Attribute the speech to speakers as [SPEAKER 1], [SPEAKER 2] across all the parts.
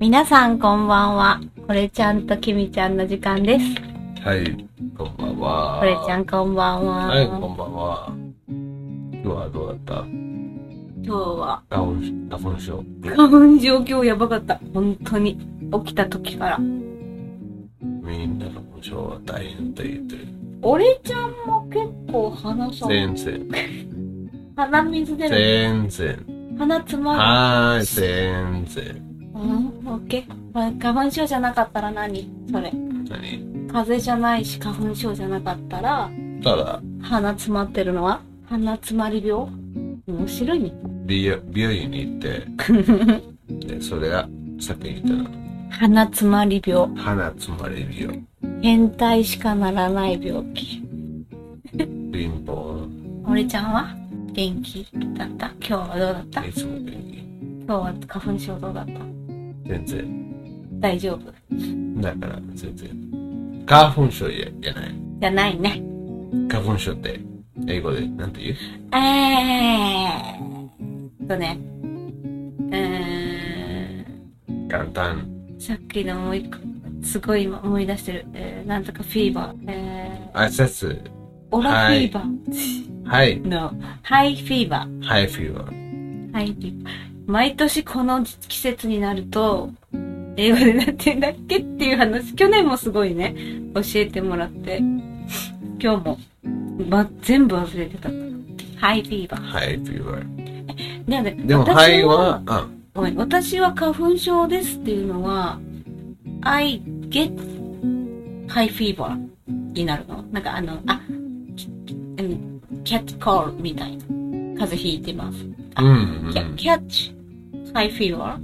[SPEAKER 1] 皆さんこんばんは。これちゃんときみちゃんの時間です。
[SPEAKER 2] はい、こんばんは。
[SPEAKER 1] これちゃんこんばんは。
[SPEAKER 2] はい、こんばんは。今日はどうだっ
[SPEAKER 1] 今日は、
[SPEAKER 2] た花粉花粉症。
[SPEAKER 1] 花粉状況やばかった。本当に。起きた時から。
[SPEAKER 2] みんな花粉症は大変って言ってる。
[SPEAKER 1] 俺ちゃんも結構鼻さ、
[SPEAKER 2] 全然。
[SPEAKER 1] 鼻水出る。
[SPEAKER 2] 全然。
[SPEAKER 1] 鼻詰まる。
[SPEAKER 2] はーい、全然。
[SPEAKER 1] うん、オッケー。まあ花粉症じゃなかったら何それ。
[SPEAKER 2] 何
[SPEAKER 1] 風邪じゃないし、花粉症じゃなかったら、
[SPEAKER 2] ただ、
[SPEAKER 1] 鼻詰まってるのは鼻詰まり病面白いね。
[SPEAKER 2] 美容美容院に行 って、で、それが、さっき言ったの。
[SPEAKER 1] 鼻詰まり病。
[SPEAKER 2] 鼻詰まり病。
[SPEAKER 1] 変態しかならない病気。
[SPEAKER 2] 貧乏。
[SPEAKER 1] 俺ちゃんは元気だった今日はどうだった
[SPEAKER 2] いつも元
[SPEAKER 1] 今日は花粉症どうだった
[SPEAKER 2] 気。全然。
[SPEAKER 1] 大丈夫
[SPEAKER 2] だから、全然。花粉症ややない。
[SPEAKER 1] じゃないね。
[SPEAKER 2] 花粉症って、英語で、なんて言う
[SPEAKER 1] えーっとね。うーん。
[SPEAKER 2] 簡単。
[SPEAKER 1] さっきのもう一個、すごい今思い出してる。えー、なんとかフィーバー。え
[SPEAKER 2] 挨拶。
[SPEAKER 1] ー、オラフィーバー。
[SPEAKER 2] はい。
[SPEAKER 1] の、ハイフィーバー。
[SPEAKER 2] はい、フィーバー。
[SPEAKER 1] はい。毎年この季節になると、英語でなってんだっけっていう話、去年もすごいね、教えてもらって、今日も、ま、全部忘れてた。ハイフィーバー。
[SPEAKER 2] はい、フィーバー。
[SPEAKER 1] なので
[SPEAKER 2] でも、
[SPEAKER 1] 私
[SPEAKER 2] はいは、あ、
[SPEAKER 1] ごめん、私は花粉症ですっていうのは、I get high fever になるの。なんかあの、あ、キャッチコールみたいな。風邪ひいてます。
[SPEAKER 2] うん、うん。
[SPEAKER 1] catch high fever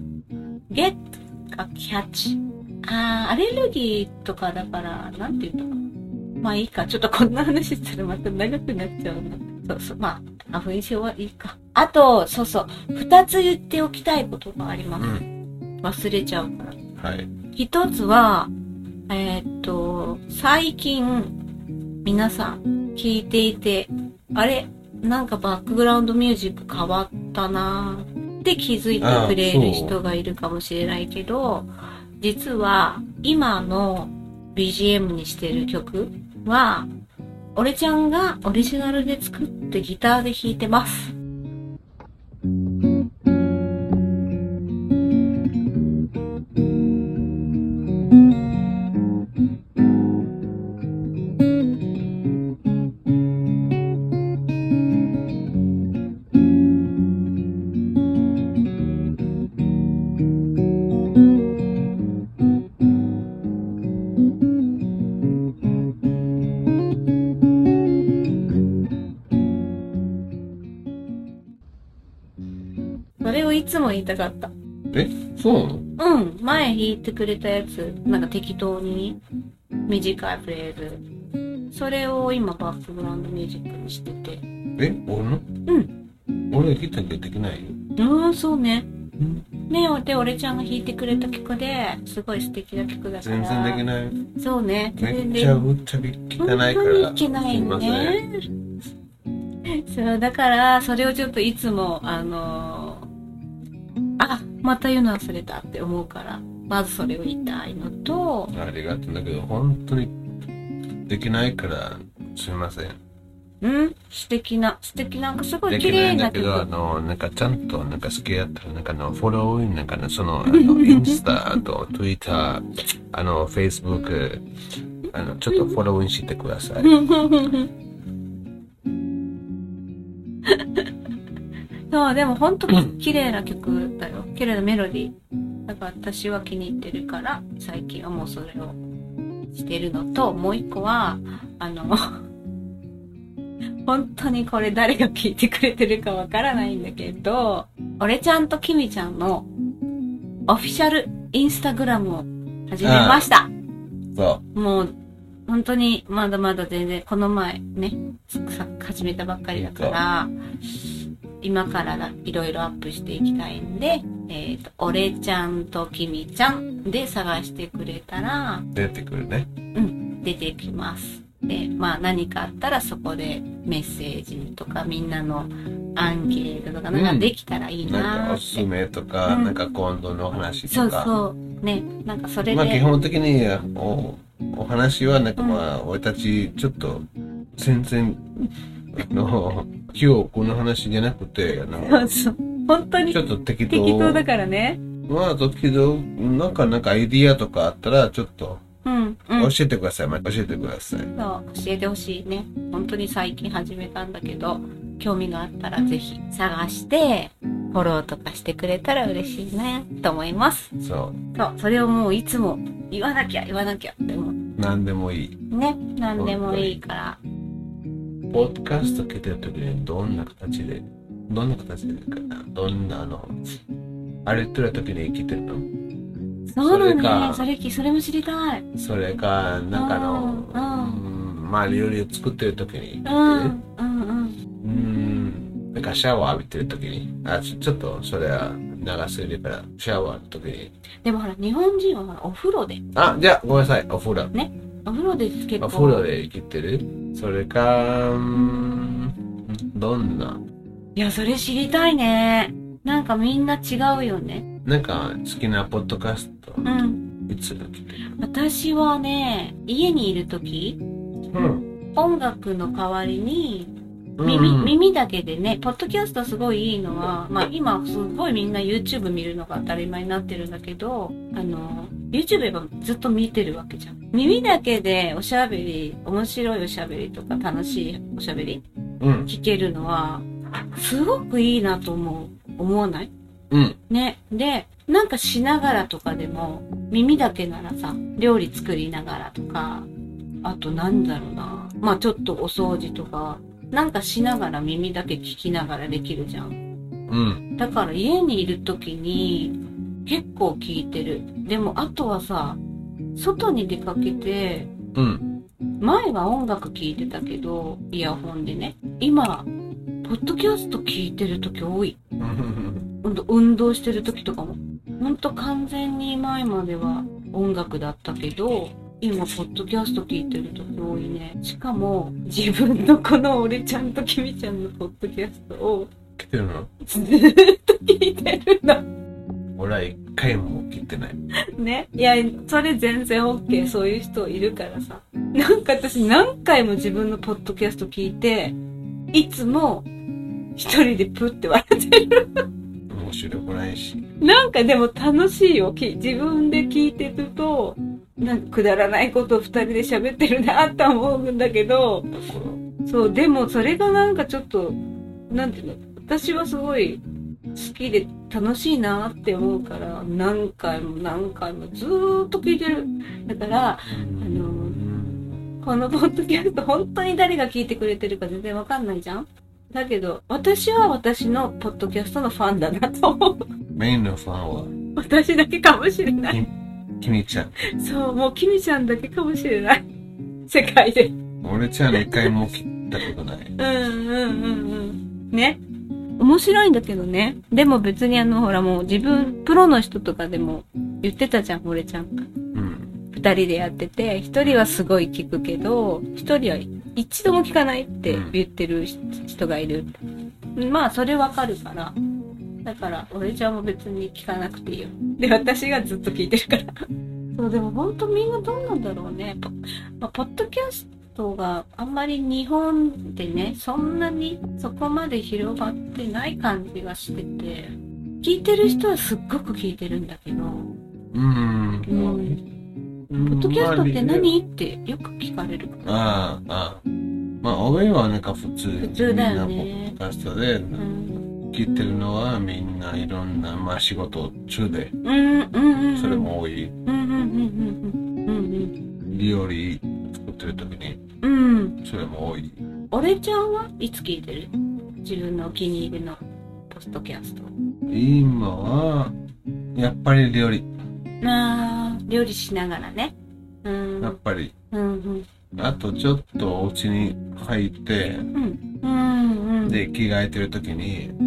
[SPEAKER 1] get か catch あーアレルギーとかだからなんていうのかなまあいいかちょっとこんな話したらまた長くなっちゃうなそうそうまあ花粉症はいいかあとそうそう二つ言っておきたいことがあります
[SPEAKER 2] うん。
[SPEAKER 1] 忘れちゃうから
[SPEAKER 2] はい。
[SPEAKER 1] 一つはえーっと最近皆さん聞いていてあれなんかバックグラウンドミュージック変わったなーって気づいてくれる人がいるかもしれないけど実は今の BGM にしてる曲は俺ちゃんがオリジナルで作ってギターで弾いてます。それをいつも言いたかった。
[SPEAKER 2] そうなの
[SPEAKER 1] うん、前弾いてくれたやつ、なんか適当に短いフレーズ。それを今バックグラウンドミュージックにしてて。
[SPEAKER 2] え、俺のうん。俺、ギターできないよ。
[SPEAKER 1] うん、そうね。
[SPEAKER 2] うん
[SPEAKER 1] ねで、俺ちゃんが弾いてくれた曲ですごい素敵な曲だから。
[SPEAKER 2] 全然できない。
[SPEAKER 1] い。そうね。
[SPEAKER 2] め
[SPEAKER 1] 全
[SPEAKER 2] っちゃ
[SPEAKER 1] 然。
[SPEAKER 2] ぶっちゃけ聞かないから。
[SPEAKER 1] 本当に聞けない
[SPEAKER 2] すいません。
[SPEAKER 1] ね。そう、だから、それをちょっといつも、あのーあ、また言うの忘れたって思うから、まずそれを言いたいのと、
[SPEAKER 2] ありがとうだけど、本当にできないから、すいません。
[SPEAKER 1] うん素敵な、素敵な、なんかすごい
[SPEAKER 2] で
[SPEAKER 1] 綺
[SPEAKER 2] きな
[SPEAKER 1] 麗
[SPEAKER 2] いんだ
[SPEAKER 1] な
[SPEAKER 2] け
[SPEAKER 1] 曲。
[SPEAKER 2] ど、あの、なんかちゃんと、なんか好きやったら、なんかあの、フォローイン、なんかね、その、あの、インスタ、あと、ツイッター、あの、フェイスブック、あの、ちょっとフォローインしてください。
[SPEAKER 1] そう、でも本当に綺麗な曲だよ。綺麗なメロディー。だから私は気に入ってるから、最近はもうそれをしてるのと、もう一個は、あの、 本当にこれ誰が聞いてくれてるかわからないんだけど、俺ちゃんときみちゃんのオフィシャルインスタグラムを始めました。
[SPEAKER 2] そ
[SPEAKER 1] もう、本当にまだまだ全然、この前ね、さ始めたばっかりだから、今からだいろいろアップしていきたいんで、えっ、と、俺ちゃんときみちゃんで探してくれたら
[SPEAKER 2] う、出てくるね。
[SPEAKER 1] 出てきます。で、まあ何かあったらそこでメッセージとかみんなのアンケートとかなんか
[SPEAKER 2] うん
[SPEAKER 1] できたらいい
[SPEAKER 2] なんか
[SPEAKER 1] な
[SPEAKER 2] お
[SPEAKER 1] っ
[SPEAKER 2] す
[SPEAKER 1] て。
[SPEAKER 2] すめとか、
[SPEAKER 1] うん
[SPEAKER 2] なんか今度のお話
[SPEAKER 1] そ
[SPEAKER 2] と
[SPEAKER 1] う
[SPEAKER 2] か。
[SPEAKER 1] そう。ね、なんかそれで。
[SPEAKER 2] まあ基本的におお話はなんか
[SPEAKER 1] うん
[SPEAKER 2] まあ俺たちちょっと全然あの 今日この話じゃなくてあ
[SPEAKER 1] そう
[SPEAKER 2] の
[SPEAKER 1] そう。本当に
[SPEAKER 2] ちょっと適当
[SPEAKER 1] 適当だからね。
[SPEAKER 2] まあ適当なんかなんかアイディアとかあったらちょっと
[SPEAKER 1] うん、うん。
[SPEAKER 2] 教えてください、まあ教えてください
[SPEAKER 1] そう教えてほしいね本当に最近始めたんだけど興味があったらぜひ探してフォローとかしてくれたら嬉しいなと思います
[SPEAKER 2] そ
[SPEAKER 1] そうそれをもういつも言わなきゃ言わなきゃでも
[SPEAKER 2] う何でもいい
[SPEAKER 1] ね何でもいいから
[SPEAKER 2] ポッドキャスト来てる時にどんな形でどんな形でかなどんなあの歩いてる時に来てるの
[SPEAKER 1] そうな
[SPEAKER 2] それ
[SPEAKER 1] んだ
[SPEAKER 2] か
[SPEAKER 1] ねそれきそれも知りたい
[SPEAKER 2] それか、なんかあの、
[SPEAKER 1] うん
[SPEAKER 2] うんまあ料理を作ってる時に、
[SPEAKER 1] うんうんうん
[SPEAKER 2] うん、なんかシャワー浴びてる時に、あちょちょっとそれは長すぎるから、シャワーの時に、
[SPEAKER 1] でもほら日本人はほらお風呂で
[SPEAKER 2] あ、じゃあごめんなさい、お風呂。
[SPEAKER 1] お風呂で結構
[SPEAKER 2] お風呂で切ってるそれか、うんどんな、
[SPEAKER 1] いやそれ知りたいねなんかみんな違うよね
[SPEAKER 2] なんか好きなポッドキャスト、
[SPEAKER 1] うん
[SPEAKER 2] いつだっけ
[SPEAKER 1] 私はね家にいる時
[SPEAKER 2] うん。
[SPEAKER 1] 音楽の代わりに
[SPEAKER 2] うん
[SPEAKER 1] 耳,、耳だけでねポッドキャストすごいいいのは、まあ、今すごいみんな YouTube 見るのが当たり前になってるんだけどあの YouTube はずっと見てるわけじゃん耳だけでおしゃべり面白いおしゃべりとか楽しいおしゃべり
[SPEAKER 2] うん。
[SPEAKER 1] 聞けるのはすごくいいなと思う思わない
[SPEAKER 2] うん。
[SPEAKER 1] ねでなんかしながらとかでも耳だけならさ料理作りながらとかあとなんだろうなまあちょっとお掃除とかなんかしながら耳だけ聞きながらできるじゃん
[SPEAKER 2] うん。
[SPEAKER 1] だから家にいる時に結構聞いてるでもあとはさ外に出かけて
[SPEAKER 2] うん。
[SPEAKER 1] 前は音楽聴いてたけどイヤホンでね今ポッドキャスト聞いてる時多い運動運動してる時とかもほんと完全に前までは音楽だったけど今ポッドキャスト聞いてる時多いねしかも自分のこの俺ちゃんときみちゃんのポッドキャストを
[SPEAKER 2] 来てるの
[SPEAKER 1] ずーっと聞いてるの
[SPEAKER 2] 俺は一回も切ってない。
[SPEAKER 1] ねいやそれ全然 OK そういう人いるからさなんか私何回も自分のポッドキャスト聞いていつも一人でプって笑ってる
[SPEAKER 2] 面白くないし。
[SPEAKER 1] なんかでも楽しいよき自分で聞いてるとなんかくだらないことを二人で喋ってるなって思うんだけど
[SPEAKER 2] ところ
[SPEAKER 1] そうでもそれがなんかちょっとなんていうの私はすごい好きで楽しいなって思うから何回も何回もずーっと聞いてるだから
[SPEAKER 2] うん
[SPEAKER 1] このポッドキャスト本当に誰が聞いてくれてるか全然わかんないじゃんだけど私は私のポッドキャストのファンだなと思う
[SPEAKER 2] メインのファン
[SPEAKER 1] 私だけかもしれない
[SPEAKER 2] は、君ちゃん。
[SPEAKER 1] そうもうキミちゃんだけかもしれない 世界でうん
[SPEAKER 2] 俺ちゃん一回も切ったことない。
[SPEAKER 1] うんうんうんね面白いんだけどねでも別にあのほらもう自分プロの人とかでも言ってたじゃん俺ちゃん
[SPEAKER 2] うん。
[SPEAKER 1] 二人でやってて、一人はすごい聞くけど、一人は一度も聞かないって言ってるし人がいる。まあ、それわかるから。だから、俺ちゃんも別に聞かなくていいよ。で、私がずっと聞いてるから。そう、でも本当みんなどうなんだろうね。ポ,、まあ、ポッドキャストがあんまり日本でね、そんなにそこまで広がってない感じがしてて、聞いてる人はすっごく聞いてるんだけど、
[SPEAKER 2] うん。
[SPEAKER 1] ポッドキャストって
[SPEAKER 2] ま
[SPEAKER 1] 何ってよく聞かれるから。
[SPEAKER 2] ああ、ああ。まあ、俺はなんか普通。
[SPEAKER 1] 普通だよね
[SPEAKER 2] みんなポッドキャストで、
[SPEAKER 1] うん、
[SPEAKER 2] 聞いてるのはみんないろんな、まあ仕事中で、
[SPEAKER 1] うん、うん、うん。
[SPEAKER 2] それ。も多い。
[SPEAKER 1] うん、うん、うん、うん、
[SPEAKER 2] 料理作ってる時に、
[SPEAKER 1] うん、うん。うん。
[SPEAKER 2] それも多い。
[SPEAKER 1] 俺ちゃんはいつ聞いてる自分のお気に入りのポストキャスト。
[SPEAKER 2] 今は、やっぱり料理。
[SPEAKER 1] あー、料理しながらね。う
[SPEAKER 2] やっ
[SPEAKER 1] ん、
[SPEAKER 2] ぱり。
[SPEAKER 1] うん、
[SPEAKER 2] あとちょっとお家に入って、
[SPEAKER 1] うん。うん、うん、うん。
[SPEAKER 2] で、着替えてる時に、
[SPEAKER 1] うん。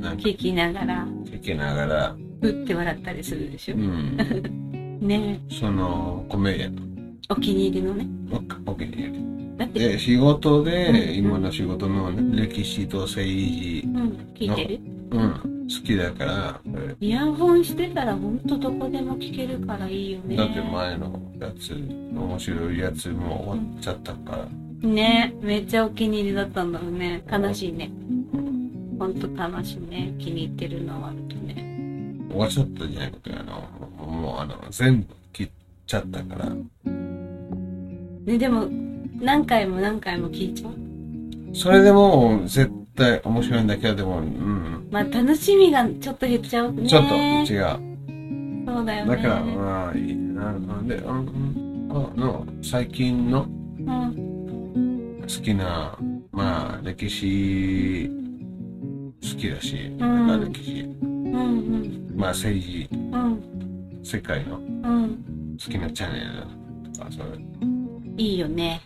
[SPEAKER 2] なんか
[SPEAKER 1] 聞きながら、
[SPEAKER 2] 聞きながら、
[SPEAKER 1] ふって笑ったりするでし
[SPEAKER 2] う
[SPEAKER 1] ょ。
[SPEAKER 2] ん、
[SPEAKER 1] ね
[SPEAKER 2] その、コメディアン
[SPEAKER 1] お気に入りのね。
[SPEAKER 2] おお気に入り。
[SPEAKER 1] だって、
[SPEAKER 2] で、仕事
[SPEAKER 1] うんう
[SPEAKER 2] で、
[SPEAKER 1] ん
[SPEAKER 2] 今の仕事の歴史と政治、
[SPEAKER 1] うん、聞いてる
[SPEAKER 2] うん、好きだから、これ
[SPEAKER 1] イヤホンしてたらほんとどこでも聞けるからいいよね。
[SPEAKER 2] だって前のやつ、面白いやつも終わっちゃったから、
[SPEAKER 1] ね、めっちゃお気に入りだったんだろうね。悲しいね。ほんと悲しいね。気に入ってるのはあるとね。
[SPEAKER 2] 終わっちゃったじゃなくて、あの、もうあの、全部切っちゃったから、
[SPEAKER 1] ね、でも、何回も何回も聞いちゃう。
[SPEAKER 2] それでも絶対面白いんだけど、でも、うん、
[SPEAKER 1] まあ、楽しみがちょっと減っちゃうね。
[SPEAKER 2] ちょっと違う。
[SPEAKER 1] そうだよね。
[SPEAKER 2] だから、まあ、いいな。なんで、うん、あの、最近の
[SPEAKER 1] うん。
[SPEAKER 2] 好きな、まあ、歴史、好きだし、
[SPEAKER 1] ん
[SPEAKER 2] まあ歴史、
[SPEAKER 1] うん
[SPEAKER 2] まあ、政治、
[SPEAKER 1] うん。うん。
[SPEAKER 2] 世界の好
[SPEAKER 1] うん。
[SPEAKER 2] きなチャンネルだとか、そ
[SPEAKER 1] いいよね。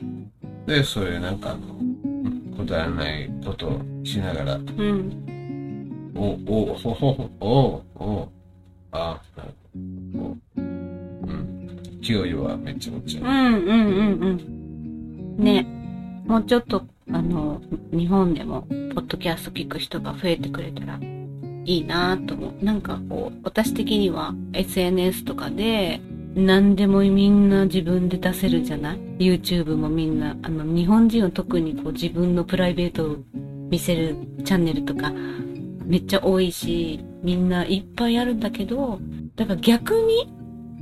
[SPEAKER 2] れ。で、そういうなんか、あのうんくだらないことをしながら、
[SPEAKER 1] うん。
[SPEAKER 2] お、お、ほほほ、お、お、あ、なるほどお、うん、勢いはめっちゃめっちゃ
[SPEAKER 1] う。んうんうんうん。ね。もうちょっと、あの、日本でも、ポッドキャスト聞く人が増えてくれたらいいなと思う。なんかこう、私的には SNS とかで、何でもみんな自分で出せるじゃない ?YouTube もみんな、あの、日本人は特にこう自分のプライベートを見せるチャンネルとか、めっちゃ多いし、みんないっぱいあるんだけど、だから逆に、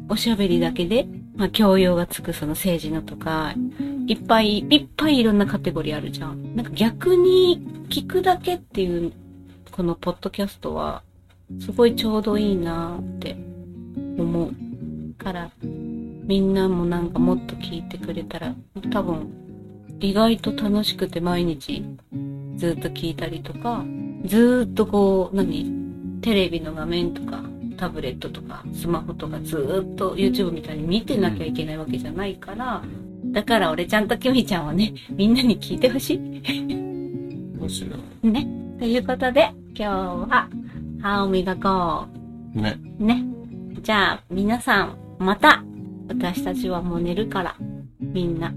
[SPEAKER 1] おしゃべりだけで、まあ、教養がつくその政治のとか、いっぱいいっぱいいろんなカテゴリーあるじゃん。なんか逆に聞くだけっていう、このポッドキャストは、すごいちょうどいいなって思う。から、みんなもなんかもっと聞いてくれたら、多分、意外と楽しくて毎日ずっと聞いたりとか、ずーっとこう、何テレビの画面とか、タブレットとか、スマホとかずーっと YouTube みたいに見てなきゃいけないわけじゃないから、だから俺ちゃんとキミちゃんはね、みんなに聞いてほしい。
[SPEAKER 2] むしろ。
[SPEAKER 1] ね。ということで、今日は歯を磨こ
[SPEAKER 2] ね。
[SPEAKER 1] う。ね。じゃあ、皆さん、また私たちはもう寝るから、みんな、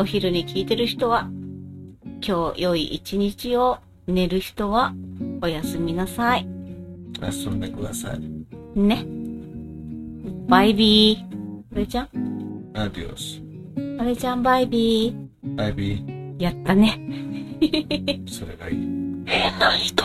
[SPEAKER 1] お昼に聞いてる人は、今日良い一日を、寝る人は、おやすみなさい。
[SPEAKER 2] 遊んでください。
[SPEAKER 1] ね。バイビー。あれちゃん
[SPEAKER 2] アディオス。
[SPEAKER 1] あれちゃんバイビ
[SPEAKER 2] バイビー。
[SPEAKER 1] ー。やったね。
[SPEAKER 2] それがいい。女いいと。